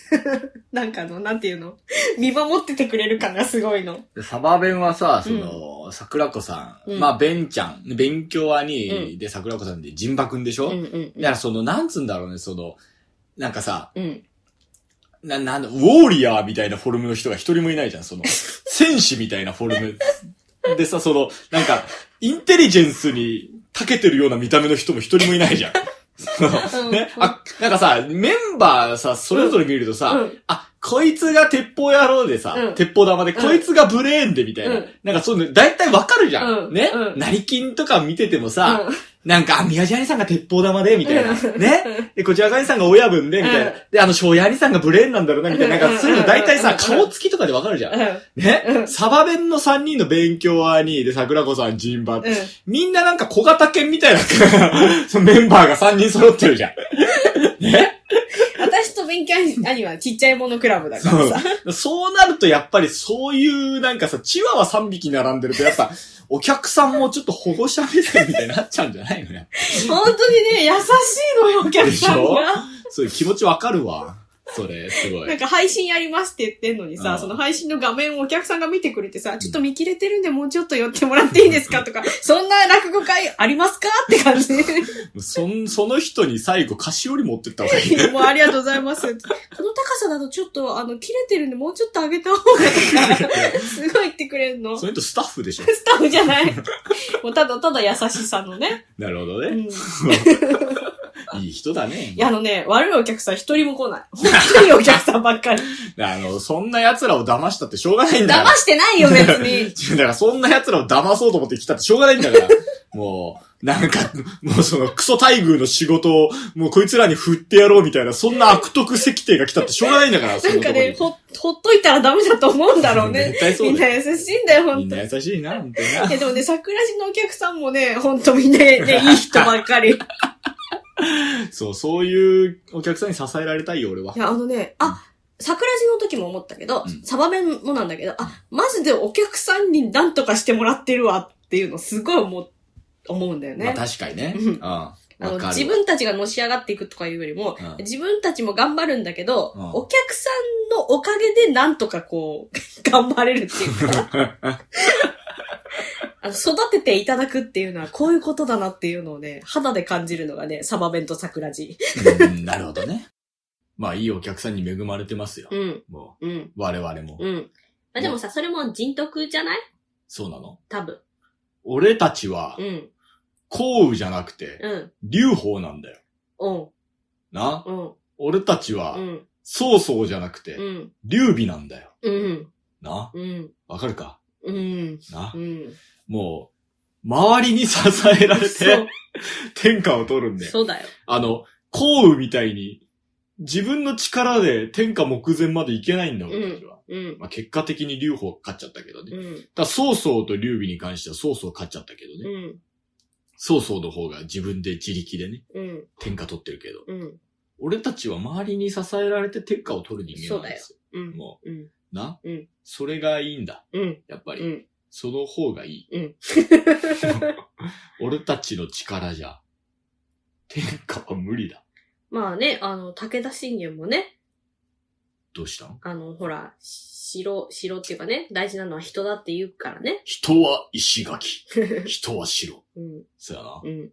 [SPEAKER 3] なんかあの、なんていうの見守っててくれる感がすごいの。
[SPEAKER 1] でサバ弁はさ、その、桜子さん、
[SPEAKER 3] うん
[SPEAKER 1] まあ、ベンちゃん、勉強兄、
[SPEAKER 3] う
[SPEAKER 1] で桜子さんでジンバくんでし
[SPEAKER 3] う
[SPEAKER 1] ょ、
[SPEAKER 3] んうん
[SPEAKER 1] だからその、なんつうんだろうね、その、なんかさ、
[SPEAKER 3] うん。うん。
[SPEAKER 1] な、なんだウォーリアーみたいなフォルムの人が一人もいないじゃん、 その、戦士みたいなフォルム。でさ、その、なんか、インテリジェンスに長けてるような見た目の人も一人もいないじゃん。そのね、あ、なんかさ、メンバーさ、それぞれ見るとさ、
[SPEAKER 3] うん
[SPEAKER 1] あ、こいつが鉄砲野郎でさ、
[SPEAKER 3] うん
[SPEAKER 1] 鉄砲玉で、
[SPEAKER 3] うん
[SPEAKER 1] こいつがブレーンでみたいな。
[SPEAKER 3] うん
[SPEAKER 1] なんかそういうの、だいたいわかるじゃん。
[SPEAKER 3] うん
[SPEAKER 1] ね、
[SPEAKER 3] うん
[SPEAKER 1] 成金とか見ててもさ、なんか、あ、宮地兄さんが鉄砲玉で、みたいな。
[SPEAKER 3] うん
[SPEAKER 1] ね。で、こちら側兄さんが親分で、みたいな
[SPEAKER 3] うん。
[SPEAKER 1] で、あの、庄屋兄さんがブレーンなんだろうな、みたいな。なんか、そういうの大体
[SPEAKER 3] う
[SPEAKER 1] さ
[SPEAKER 3] ん、
[SPEAKER 1] 顔つきとかでわかるじゃ
[SPEAKER 3] うん
[SPEAKER 1] ん。
[SPEAKER 3] う
[SPEAKER 1] ね。
[SPEAKER 3] ん
[SPEAKER 1] サバ弁の3人の勉強兄で、桜子さん、ジンバ
[SPEAKER 3] うん。
[SPEAKER 1] みんななんか小型犬みたいな、 そのメンバーが3人揃ってるじ ゃん。ね。
[SPEAKER 3] 私と勉強兄はちっちゃいものクラブだからさ。
[SPEAKER 1] そう。そうなると、やっぱりそういう、なんかさ、チワワ3匹並んでると、やっぱ、お客さんもちょっと保護者目線みたいになっちゃうんじゃないのね。
[SPEAKER 3] 本当にね、優しいのよ、お客さん
[SPEAKER 1] でしょ
[SPEAKER 3] が。
[SPEAKER 1] そういう気持ちわかるわ。それ、すごい。
[SPEAKER 3] なんか配信やりますって言ってんのに
[SPEAKER 1] う
[SPEAKER 3] さ、
[SPEAKER 1] ん
[SPEAKER 3] その配信の画面をお客さんが見てくれてさ、ちょっと見切れてるんでもうちょっと寄ってもらっていいですか とか、そんな落語会ありますかって感じ。
[SPEAKER 1] そん、その人に最後菓子折り持ってった方がいい。
[SPEAKER 3] もうありがとうございます。この高さだとちょっと、あの、切れてるんでもうちょっと上げた方がとか、すごい言ってくれるの。
[SPEAKER 1] そ
[SPEAKER 3] ス
[SPEAKER 1] の人スタッフでしょ。
[SPEAKER 3] タッフじゃない。もうただただ優しさのね。
[SPEAKER 1] なるほど
[SPEAKER 3] う
[SPEAKER 1] ね。
[SPEAKER 3] ん。い
[SPEAKER 1] いい人だね。
[SPEAKER 3] や、あのね、悪いお客さん一人も来ない。 本当にお客さんばっかり。
[SPEAKER 1] あの、そんな奴らを騙したってしょうがないん
[SPEAKER 3] 騙
[SPEAKER 1] だよ。
[SPEAKER 3] してないよ、別に。
[SPEAKER 1] 違 うだから、そんな奴らを騙そうと思って来たってしょうがないんだから。もう、なんか、もうそのクソ待遇の仕事を、もうこいつらに振ってやろうみたいな、そんな悪徳石帝が来たってしょうが ないんだから、そ
[SPEAKER 3] なんか
[SPEAKER 1] とこに
[SPEAKER 3] ね、ほ、ほっといたらダメだと思うんだろうね
[SPEAKER 1] 絶。対そ
[SPEAKER 3] み
[SPEAKER 1] うん
[SPEAKER 3] な
[SPEAKER 1] だよ。
[SPEAKER 3] 優しいんだよ、
[SPEAKER 1] み
[SPEAKER 3] 本
[SPEAKER 1] ん
[SPEAKER 3] 当
[SPEAKER 1] な
[SPEAKER 3] に。
[SPEAKER 1] 優しいな、みたいな。
[SPEAKER 3] いやでもね、桜地のお客さんもね、本当みんなね、 いい人ばっかり。い
[SPEAKER 1] そう、そういうお客さんに支えられたいよ、俺は。
[SPEAKER 3] や、あのね、あ、桜地の時も思ったけど、
[SPEAKER 1] うん
[SPEAKER 3] サバ弁もなんだけど、あ、マジでお客さんに何とかしてもらってるわっていうのすごい思う、思うんだよね。
[SPEAKER 1] まあ確かにね。
[SPEAKER 3] うん
[SPEAKER 1] うん。わ
[SPEAKER 3] あの
[SPEAKER 1] かる
[SPEAKER 3] 自分たちがのし上がっていくとかいうよりも、
[SPEAKER 1] うん
[SPEAKER 3] 自分たちも頑張るんだけど、
[SPEAKER 1] うん
[SPEAKER 3] お客さんのおかげでなんとかこう、 頑張れるっていうか。あの育てていただくっていうのはこういうことだなっていうのをね、肌で感じるのがね、サバ弁と桜地。
[SPEAKER 1] うんなるほどね。まあ、いいお客さんに恵まれてますよ。
[SPEAKER 3] うん、
[SPEAKER 1] も
[SPEAKER 3] うん、
[SPEAKER 1] う、我々も。
[SPEAKER 3] うん。あでもさ、それも人徳じゃない
[SPEAKER 1] そうなの
[SPEAKER 3] 多分。
[SPEAKER 1] 俺たちは
[SPEAKER 3] う、ん、
[SPEAKER 1] 降雨じゃなくて、
[SPEAKER 3] うん、
[SPEAKER 1] 流法なんだよ。
[SPEAKER 3] うん、
[SPEAKER 1] な
[SPEAKER 3] うん、
[SPEAKER 1] 俺たちは
[SPEAKER 3] う、ん、
[SPEAKER 1] 曹操じゃなくて
[SPEAKER 3] う、ん、
[SPEAKER 1] 劉備なんだよ。
[SPEAKER 3] うん、
[SPEAKER 1] な
[SPEAKER 3] うん、
[SPEAKER 1] わかるか
[SPEAKER 3] うん、
[SPEAKER 1] な
[SPEAKER 3] うん。
[SPEAKER 1] もう、周りに支えられ
[SPEAKER 3] そう
[SPEAKER 1] て、、天下を取るんだよ。
[SPEAKER 3] そうだよ。
[SPEAKER 1] あの、降雨みたいに、自分の力で天下目前までいけないんだ、俺たちは。
[SPEAKER 3] うん、
[SPEAKER 1] まあ、結果的に劉邦が勝っちゃったけどね。
[SPEAKER 3] うん、
[SPEAKER 1] ただ、曹操と劉備に関しては曹操勝っちゃったけどね。
[SPEAKER 3] うん、
[SPEAKER 1] 曹操の方が自分で自力でね、
[SPEAKER 3] うん。
[SPEAKER 1] 天下取ってるけど、
[SPEAKER 3] うん。
[SPEAKER 1] 俺たちは周りに支えられて天下を取る人間なんですよ。
[SPEAKER 3] うん。
[SPEAKER 1] も
[SPEAKER 3] うん。
[SPEAKER 1] う、な、
[SPEAKER 3] うん
[SPEAKER 1] それがいいんだ、
[SPEAKER 3] うん。
[SPEAKER 1] やっぱり。
[SPEAKER 3] うん
[SPEAKER 1] その方がいい。
[SPEAKER 3] うん
[SPEAKER 1] 俺たちの力じゃ、天下は無理だ。
[SPEAKER 3] まあね、あの、武田信玄もね、
[SPEAKER 1] どうしたの
[SPEAKER 3] あの、ほら、城、城っていうかね、大事なのは人だって言うからね。
[SPEAKER 1] 人は石 垣。人は城。
[SPEAKER 3] うん。
[SPEAKER 1] そうやな
[SPEAKER 3] う。ん。
[SPEAKER 1] うん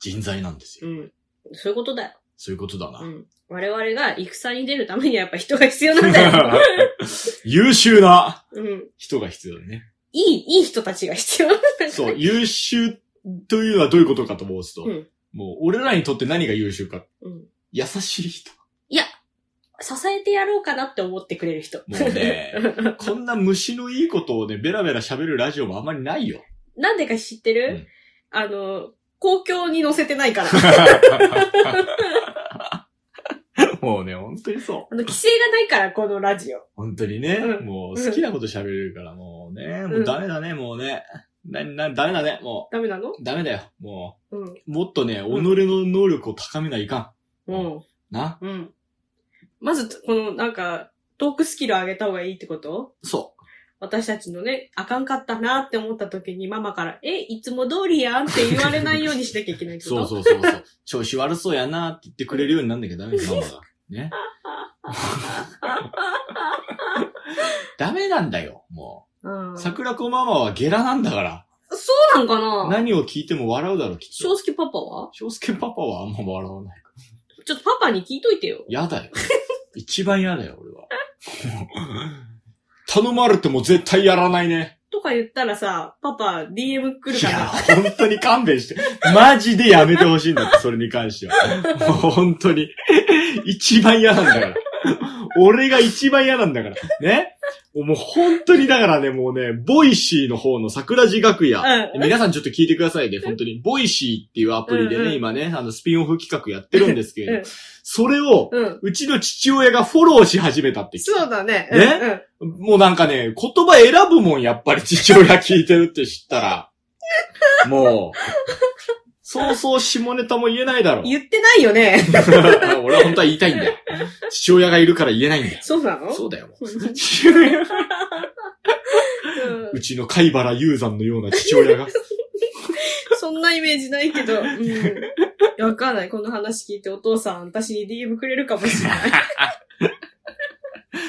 [SPEAKER 1] 人材なんです
[SPEAKER 3] う
[SPEAKER 1] よ。
[SPEAKER 3] ん。そういうことだよ。
[SPEAKER 1] そういうことだな。
[SPEAKER 3] うん。我々が戦に出るためにはやっぱ人が必要なんだ よ。
[SPEAKER 1] 優秀な
[SPEAKER 3] うん。
[SPEAKER 1] 人が必要だね。
[SPEAKER 3] いい、いい人たちが必要なんだよ。
[SPEAKER 1] そう、優秀というのはどういうことかと申すと、
[SPEAKER 3] うん
[SPEAKER 1] もう俺らにとって何が優秀か、
[SPEAKER 3] うん。
[SPEAKER 1] 優しい人。
[SPEAKER 3] いや、支えてやろうかなって思ってくれる人。
[SPEAKER 1] もう ね、こんな虫のいいことをね、ベラベラ喋るラジオもあんまりないよ。
[SPEAKER 3] なんでか知って
[SPEAKER 1] う
[SPEAKER 3] る、
[SPEAKER 1] ん
[SPEAKER 3] あの、公共に載せて ないから。
[SPEAKER 1] もうね、本当にそう。
[SPEAKER 3] あの、規制がないから、このラジオ。
[SPEAKER 1] 本当にね、
[SPEAKER 3] うん
[SPEAKER 1] もう好きなこと喋れるから、もうね、もううんダメだね、もうね。な、な、ダメだね、も
[SPEAKER 3] ダメなの
[SPEAKER 1] う。ダメだよ、も
[SPEAKER 3] うん。
[SPEAKER 1] う。もっとね、己
[SPEAKER 3] ん
[SPEAKER 1] の能力を高めないか
[SPEAKER 3] うん。
[SPEAKER 1] ん。な。
[SPEAKER 3] うん。まず、この、なんか、トークスキル上げた方がいいってこと
[SPEAKER 1] そ
[SPEAKER 3] 私たちのね、あかんかったなって思った時にママから、え、いつも通りやんって言われないようにしなきゃいけないっ
[SPEAKER 1] う。
[SPEAKER 3] てこ
[SPEAKER 1] そ
[SPEAKER 3] と
[SPEAKER 1] うそうそうそう。 調子悪そうやなって言ってくれるようになんなきゃダ メだよ、ママが。ね。ダメなんだよ、も
[SPEAKER 3] うん。
[SPEAKER 1] う。
[SPEAKER 3] そう
[SPEAKER 1] 桜子ママはゲラなんだから。
[SPEAKER 3] なんかな
[SPEAKER 1] 何を聞いても笑うだろう、きっと。
[SPEAKER 3] 正介パパは
[SPEAKER 1] 翔介パパはあんま笑わない。
[SPEAKER 3] ちょっとパパに聞いといてよ。
[SPEAKER 1] やだよ。一番やだよ、俺は。頼まれても絶対やらないね。
[SPEAKER 3] とか言ったらさ、パパ DM 来る
[SPEAKER 1] い
[SPEAKER 3] か
[SPEAKER 1] や、
[SPEAKER 3] ら。
[SPEAKER 1] 本当に勘弁して。マジでやめてほしいんだって、それに関しては。もう本当に。一番嫌なんだから。俺が一番嫌なんだから。ねもう本当にだからね、もうね、ボイシーの方の桜地楽屋。
[SPEAKER 3] うん
[SPEAKER 1] 皆さんちょっと聞いてくださいね。本当に。ボイシーっていうアプリでね、
[SPEAKER 3] うんうん
[SPEAKER 1] 今ね、あの、スピンオフ企画やってるんですけれど、
[SPEAKER 3] うん
[SPEAKER 1] それを、
[SPEAKER 3] うん。
[SPEAKER 1] うちの父親がフォローし始めたって。
[SPEAKER 3] そうだね。
[SPEAKER 1] ね
[SPEAKER 3] うんうん。
[SPEAKER 1] もうなんかね、言葉選ぶもん、やっぱり父親聞いてるって知ったら。 もう、そうそう下ネタも言えないだろ。
[SPEAKER 3] 言ってないよね。
[SPEAKER 1] 俺は本当は言いたいんだよ。父親がいるから言えないんだよ。
[SPEAKER 3] そうなの
[SPEAKER 1] そうだよ。
[SPEAKER 3] うん
[SPEAKER 1] 父親
[SPEAKER 3] うん
[SPEAKER 1] うちの貝原雄山のような父親 が。
[SPEAKER 3] そんなイメージないけど。うんいや。わかんない。この話聞いてお父さん、私に DM くれるかもしれない。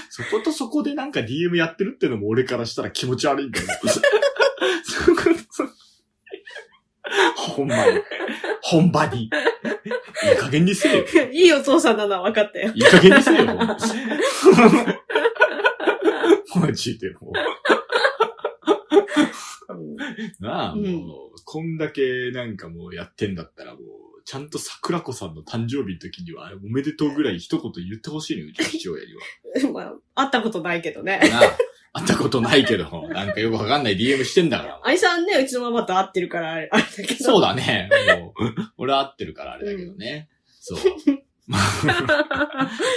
[SPEAKER 1] そことそこでなんか DM やってるってのも俺からしたら気持ち悪いんだ よ。そこそこほんまに。ほんまに。いい加減にせえよ。
[SPEAKER 3] いいお父さんなのは分かったよ。
[SPEAKER 1] いい加減にせえよ。 ほんまマジでもう。なあ、
[SPEAKER 3] うん
[SPEAKER 1] もう、こんだけなんかもうやってんだったらもう、ちゃんと桜子さんの誕生日の時には、おめでとうぐらい一言言ってほしいのよ、うちの父親には。
[SPEAKER 3] まあ、会ったことないけどね。
[SPEAKER 1] なあ、会ったことないけど、なんかよくわかんない DM してんだから。
[SPEAKER 3] 愛さんね、うちのママと会ってるから、あれあれだけど。
[SPEAKER 1] そう
[SPEAKER 3] だ。
[SPEAKER 1] だね。もう、俺は合ってるからあれだけどね。そう。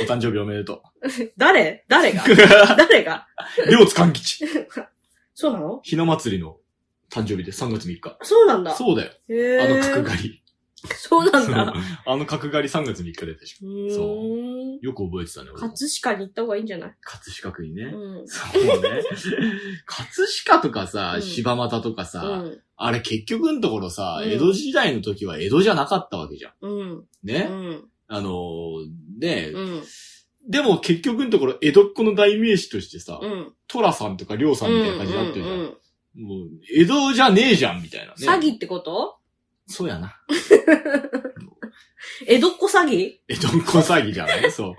[SPEAKER 1] お誕生日おめでと
[SPEAKER 3] 誰 誰が 誰が
[SPEAKER 1] う。両津勘吉。
[SPEAKER 3] そうなの
[SPEAKER 1] ひな祭りの誕生日で3月3日。
[SPEAKER 3] そうなんだ。
[SPEAKER 1] そうだよ。
[SPEAKER 3] へ
[SPEAKER 1] あの
[SPEAKER 3] ー
[SPEAKER 1] 角刈り。
[SPEAKER 3] そうなんだ。
[SPEAKER 1] あの角刈り3月3日で確か。
[SPEAKER 3] うーん。
[SPEAKER 1] よく覚えてたね、俺も。
[SPEAKER 3] 葛飾に行った方がいいんじゃない
[SPEAKER 1] 葛飾区にね
[SPEAKER 3] う。ん。
[SPEAKER 1] そうね。 葛飾とかさ
[SPEAKER 3] う、ん
[SPEAKER 1] 柴又とか
[SPEAKER 3] う
[SPEAKER 1] さ、
[SPEAKER 3] ん。
[SPEAKER 1] あれ結局のところさ、
[SPEAKER 3] うん
[SPEAKER 1] 江戸時代の時は江戸じゃなかったわけじゃん。
[SPEAKER 3] うん。う
[SPEAKER 1] ね
[SPEAKER 3] ん。
[SPEAKER 1] あのー、ね
[SPEAKER 3] うん。
[SPEAKER 1] でも結局のところ、江戸っ子の代名詞としてさ、
[SPEAKER 3] うん。
[SPEAKER 1] トラさんとかリョウさんみたいな感じになってるじゃん。
[SPEAKER 3] うんうんうん
[SPEAKER 1] もう、江戸じゃねえじゃん、みたいなね。
[SPEAKER 3] 詐欺ってこと
[SPEAKER 1] そうやな。
[SPEAKER 3] 江戸っ子詐欺
[SPEAKER 1] 江戸っ子詐欺じゃ ないそう。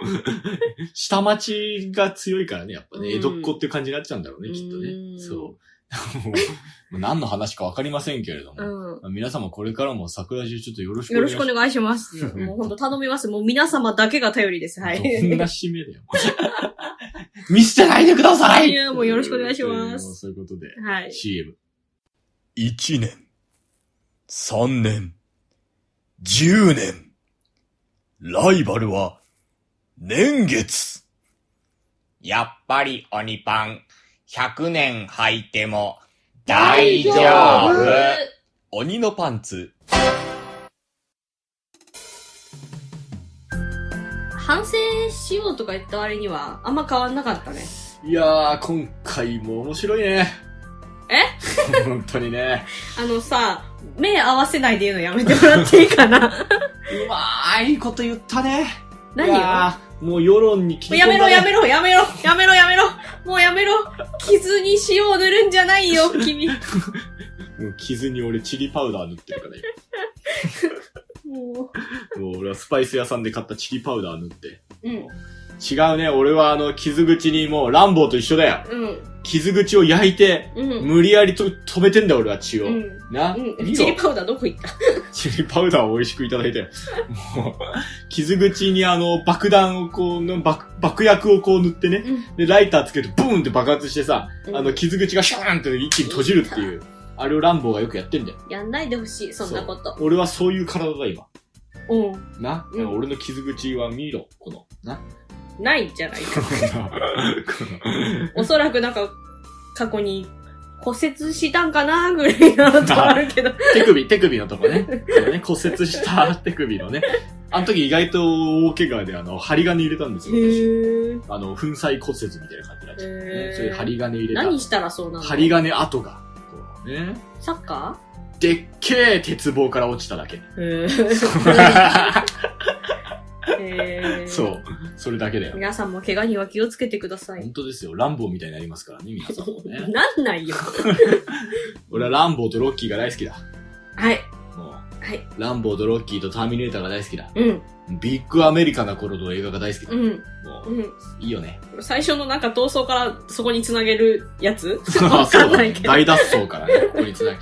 [SPEAKER 1] 下町が強いからね、やっぱね、
[SPEAKER 3] うん
[SPEAKER 1] 江戸っ子って感じになっちゃうんだろう ね、きっと
[SPEAKER 3] う
[SPEAKER 1] ね。
[SPEAKER 3] ん
[SPEAKER 1] そう。もう何の話かわかりませんけれども。
[SPEAKER 3] うん。
[SPEAKER 1] 皆様これからも桜中ちょっとよろしく
[SPEAKER 3] よろしくお
[SPEAKER 1] ま
[SPEAKER 3] 願いします。もうほんと頼みます。もう皆様だけが頼りです。はい。
[SPEAKER 1] どんな締めだよ。 見捨てないでください
[SPEAKER 3] いやもうよろしくお願いします
[SPEAKER 1] というそういうことで、
[SPEAKER 3] はい。
[SPEAKER 1] CM。1年、3年、10年。ライバルは、年月。
[SPEAKER 4] やっぱり鬼パン、100年履いても大丈夫
[SPEAKER 1] 鬼のパンツ。
[SPEAKER 3] 反省しようとか言った割には、あんま変わんなかったね。
[SPEAKER 1] いやー、今回も面白いね。え 本当にね。
[SPEAKER 3] あのさ、目合わせないで言うのやめてもらってい いかな
[SPEAKER 1] うまーいこと言ったね。
[SPEAKER 3] 何
[SPEAKER 1] い
[SPEAKER 3] よ
[SPEAKER 1] やーもう世論に聞き
[SPEAKER 3] も
[SPEAKER 1] 込
[SPEAKER 3] うん
[SPEAKER 1] だね
[SPEAKER 3] やめろやめろやめろやめろやめろもうやめろ傷に塩を塗るんじゃない よ、君。
[SPEAKER 1] もう傷に俺チリパウダー塗ってるから今
[SPEAKER 3] も。
[SPEAKER 1] もう俺はスパイス屋さんで買ったチリパウダー塗って。
[SPEAKER 3] う。うん。
[SPEAKER 1] 違うね、俺はあの、傷口にもう、ランボーと一緒だよ。
[SPEAKER 3] うん。
[SPEAKER 1] 傷口を焼いて、
[SPEAKER 3] うん。
[SPEAKER 1] 無理やりと止めてんだよ俺は血を。
[SPEAKER 3] うん。
[SPEAKER 1] な、
[SPEAKER 3] うん。
[SPEAKER 1] いい
[SPEAKER 3] チ
[SPEAKER 1] よ
[SPEAKER 3] リパウダーどこ行った
[SPEAKER 1] チリパウダーを美味しくいただいて、もう、傷口にあの、爆弾をこう、の爆、爆薬をこう塗ってね、
[SPEAKER 3] うん
[SPEAKER 1] で、ライターつけて、ブーンって爆発してさ、
[SPEAKER 3] うん
[SPEAKER 1] あの、傷口がシャーンって一気に閉じるっていう。あれを乱暴がよくやってんだよ。
[SPEAKER 3] やんないでほしい、そんなこと。
[SPEAKER 1] 俺はそういう体だ、今。
[SPEAKER 3] うん。
[SPEAKER 1] な、
[SPEAKER 3] うん
[SPEAKER 1] 俺の傷口は見ろ、この、な。
[SPEAKER 3] ないんじゃないか。
[SPEAKER 1] この、この
[SPEAKER 3] おそらくなんか、過去に骨折したんかなぐらいなことはあるけど。
[SPEAKER 1] 手首、手首のとこね。このね、骨折した手首のね。あの時意外と大怪我で、あの、針金入れたんですよ、私。
[SPEAKER 3] へ
[SPEAKER 1] あの、粉砕骨折みたいな感じになっちゃって、ね。そういう針金入れた。
[SPEAKER 3] 何したらそうなの
[SPEAKER 1] 針金跡が、こうね。
[SPEAKER 3] サッカ
[SPEAKER 1] でっけえ鉄棒から落ちただけ。
[SPEAKER 3] ーへーへ ー
[SPEAKER 1] そう。それだけだよ。
[SPEAKER 3] 皆さんも怪我には気をつけてください
[SPEAKER 1] 本。当ですよ。ランボーみたいになりますからね、皆さんもね。
[SPEAKER 3] なんないよ。
[SPEAKER 1] 俺はランボーとロッキーが大好きだ。
[SPEAKER 3] はい。
[SPEAKER 1] もう。
[SPEAKER 3] はい。
[SPEAKER 1] ランボーとロッキーとターミネーターが大好きだ。
[SPEAKER 3] うん。
[SPEAKER 1] ビッグアメリカな頃の映画が大好きだ。
[SPEAKER 3] うん。
[SPEAKER 1] もう、
[SPEAKER 3] うん。
[SPEAKER 1] いいよね。
[SPEAKER 3] 最初のなんか闘争からそこにつなげるやつ
[SPEAKER 1] あ
[SPEAKER 3] わ
[SPEAKER 1] そ
[SPEAKER 3] か
[SPEAKER 1] うんだ
[SPEAKER 3] な
[SPEAKER 1] ね
[SPEAKER 3] いけど。
[SPEAKER 1] 大脱走からね、ここにつなげ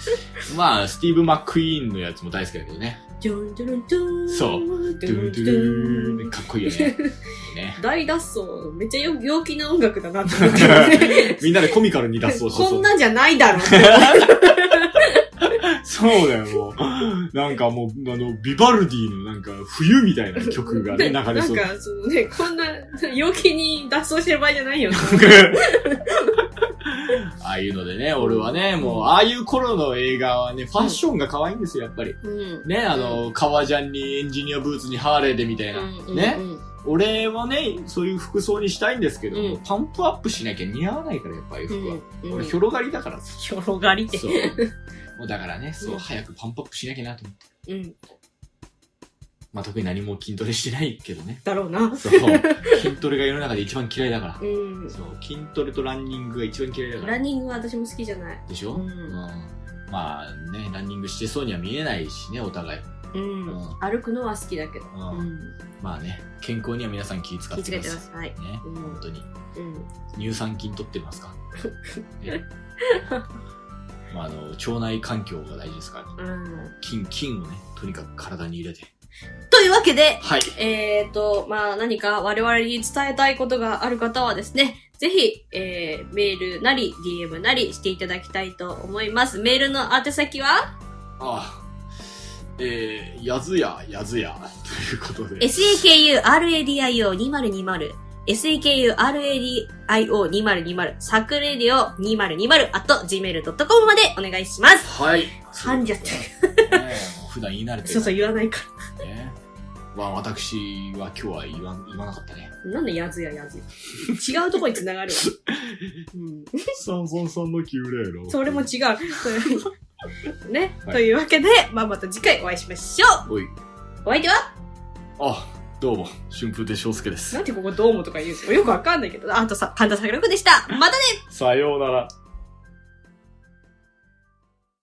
[SPEAKER 1] まあ、スティーブ・マック・イーンのやつも大好きだけどね。
[SPEAKER 3] ジョンジョンジョン。
[SPEAKER 1] そうド
[SPEAKER 3] ド
[SPEAKER 1] ゥ
[SPEAKER 3] ゥ
[SPEAKER 1] ン
[SPEAKER 3] ン
[SPEAKER 1] ド
[SPEAKER 3] ド
[SPEAKER 1] ゥ
[SPEAKER 3] ゥ
[SPEAKER 1] ルーン
[SPEAKER 3] ン。
[SPEAKER 1] かっこいいよね。ね。
[SPEAKER 3] 大脱走、めっちゃよ陽気な音楽だなって思って。
[SPEAKER 1] みんなでコミカルに 脱走し
[SPEAKER 3] こ
[SPEAKER 1] そ
[SPEAKER 3] ん
[SPEAKER 1] う。
[SPEAKER 3] なじゃないだろう。
[SPEAKER 1] そうだよ、もう。なんかもう、あの、ビバルディのなんか、冬みたいな曲がね、
[SPEAKER 3] で
[SPEAKER 1] 流れそう。
[SPEAKER 3] なんか、そのね、こんな、陽気に脱走してる場合じゃないよ。
[SPEAKER 1] ああいうのでね、俺はね、もう、ああいう頃の映画はね、ファッションが可愛いんですよ、やっぱり。
[SPEAKER 3] うん。
[SPEAKER 1] ね、あの、革ジャンにエンジニアブーツにハーレーでみたいな。ね。俺はね、そういう服装にしたいんですけど、
[SPEAKER 3] うん
[SPEAKER 1] パンプアップしなきゃ似合わないから、やっぱり
[SPEAKER 3] う
[SPEAKER 1] 服は
[SPEAKER 3] ん。。うん
[SPEAKER 1] 俺、広がりだからさ。
[SPEAKER 3] ひょろがりって
[SPEAKER 1] そう。もうだからね、そう、
[SPEAKER 3] うん
[SPEAKER 1] 早くパンプアップしなきゃなと思って。
[SPEAKER 3] うん。
[SPEAKER 1] まあ、特に何も筋トレしてないけど ね。
[SPEAKER 3] だろうな。
[SPEAKER 1] そう。筋トレが世の中で一番嫌いだから
[SPEAKER 3] う。ん。
[SPEAKER 1] そう、筋トレとランニングが一番嫌いだか
[SPEAKER 3] ラ
[SPEAKER 1] ら
[SPEAKER 3] ン。ニングは私も好きじゃない。
[SPEAKER 1] でしょ、
[SPEAKER 3] う
[SPEAKER 1] うん
[SPEAKER 3] ん
[SPEAKER 1] まあね、ランニングしてそうには見えないしね、お互い。
[SPEAKER 3] う
[SPEAKER 1] うん
[SPEAKER 3] ん。歩くのは好きだけど。
[SPEAKER 1] うん
[SPEAKER 3] うん。
[SPEAKER 1] まあね、健康には皆さん気使っ
[SPEAKER 3] 気
[SPEAKER 1] て
[SPEAKER 3] を
[SPEAKER 1] くだ
[SPEAKER 3] つけてくだ
[SPEAKER 1] さ
[SPEAKER 3] さい。
[SPEAKER 1] い。ね、
[SPEAKER 3] うん
[SPEAKER 1] 本当に。
[SPEAKER 3] うん。
[SPEAKER 1] 乳酸菌取ってます かねまあ、あの腸内環境が大事ですから、ね、
[SPEAKER 3] うん。
[SPEAKER 1] 菌菌をねとにかく体に入れて
[SPEAKER 3] というわけで、
[SPEAKER 1] はい
[SPEAKER 3] えーと、まあ何か我々に伝えたいことがある方はですね、ぜひ、えー、メールなり DM なりしていただきたいと思います。メールの宛先は、
[SPEAKER 1] ああえー、やずややずやということで
[SPEAKER 3] sakuradio2020 sakuradio2020 サクレディオ2020 at gmail.com までお願いします。
[SPEAKER 1] はい
[SPEAKER 3] 噛んじゃった。
[SPEAKER 1] ねもう普段言い慣れて
[SPEAKER 3] そうそう言わないか
[SPEAKER 1] うねまあ私は今日は言わん言わなかったね
[SPEAKER 3] ら。なんでやずややず。違うとこに繋がるわ。うん
[SPEAKER 1] サンソンさんのキュレーロ
[SPEAKER 3] それも違う。ね、
[SPEAKER 1] はい
[SPEAKER 3] というわけで、まあ、また次回お会いしましょ
[SPEAKER 1] おいう
[SPEAKER 3] お相手は
[SPEAKER 1] あどうも春風亭昇介で
[SPEAKER 3] な
[SPEAKER 1] す
[SPEAKER 3] んでここどうもとか言うのよくわかんないけど、あとさ、神田桜子でしたまたね
[SPEAKER 1] さようなら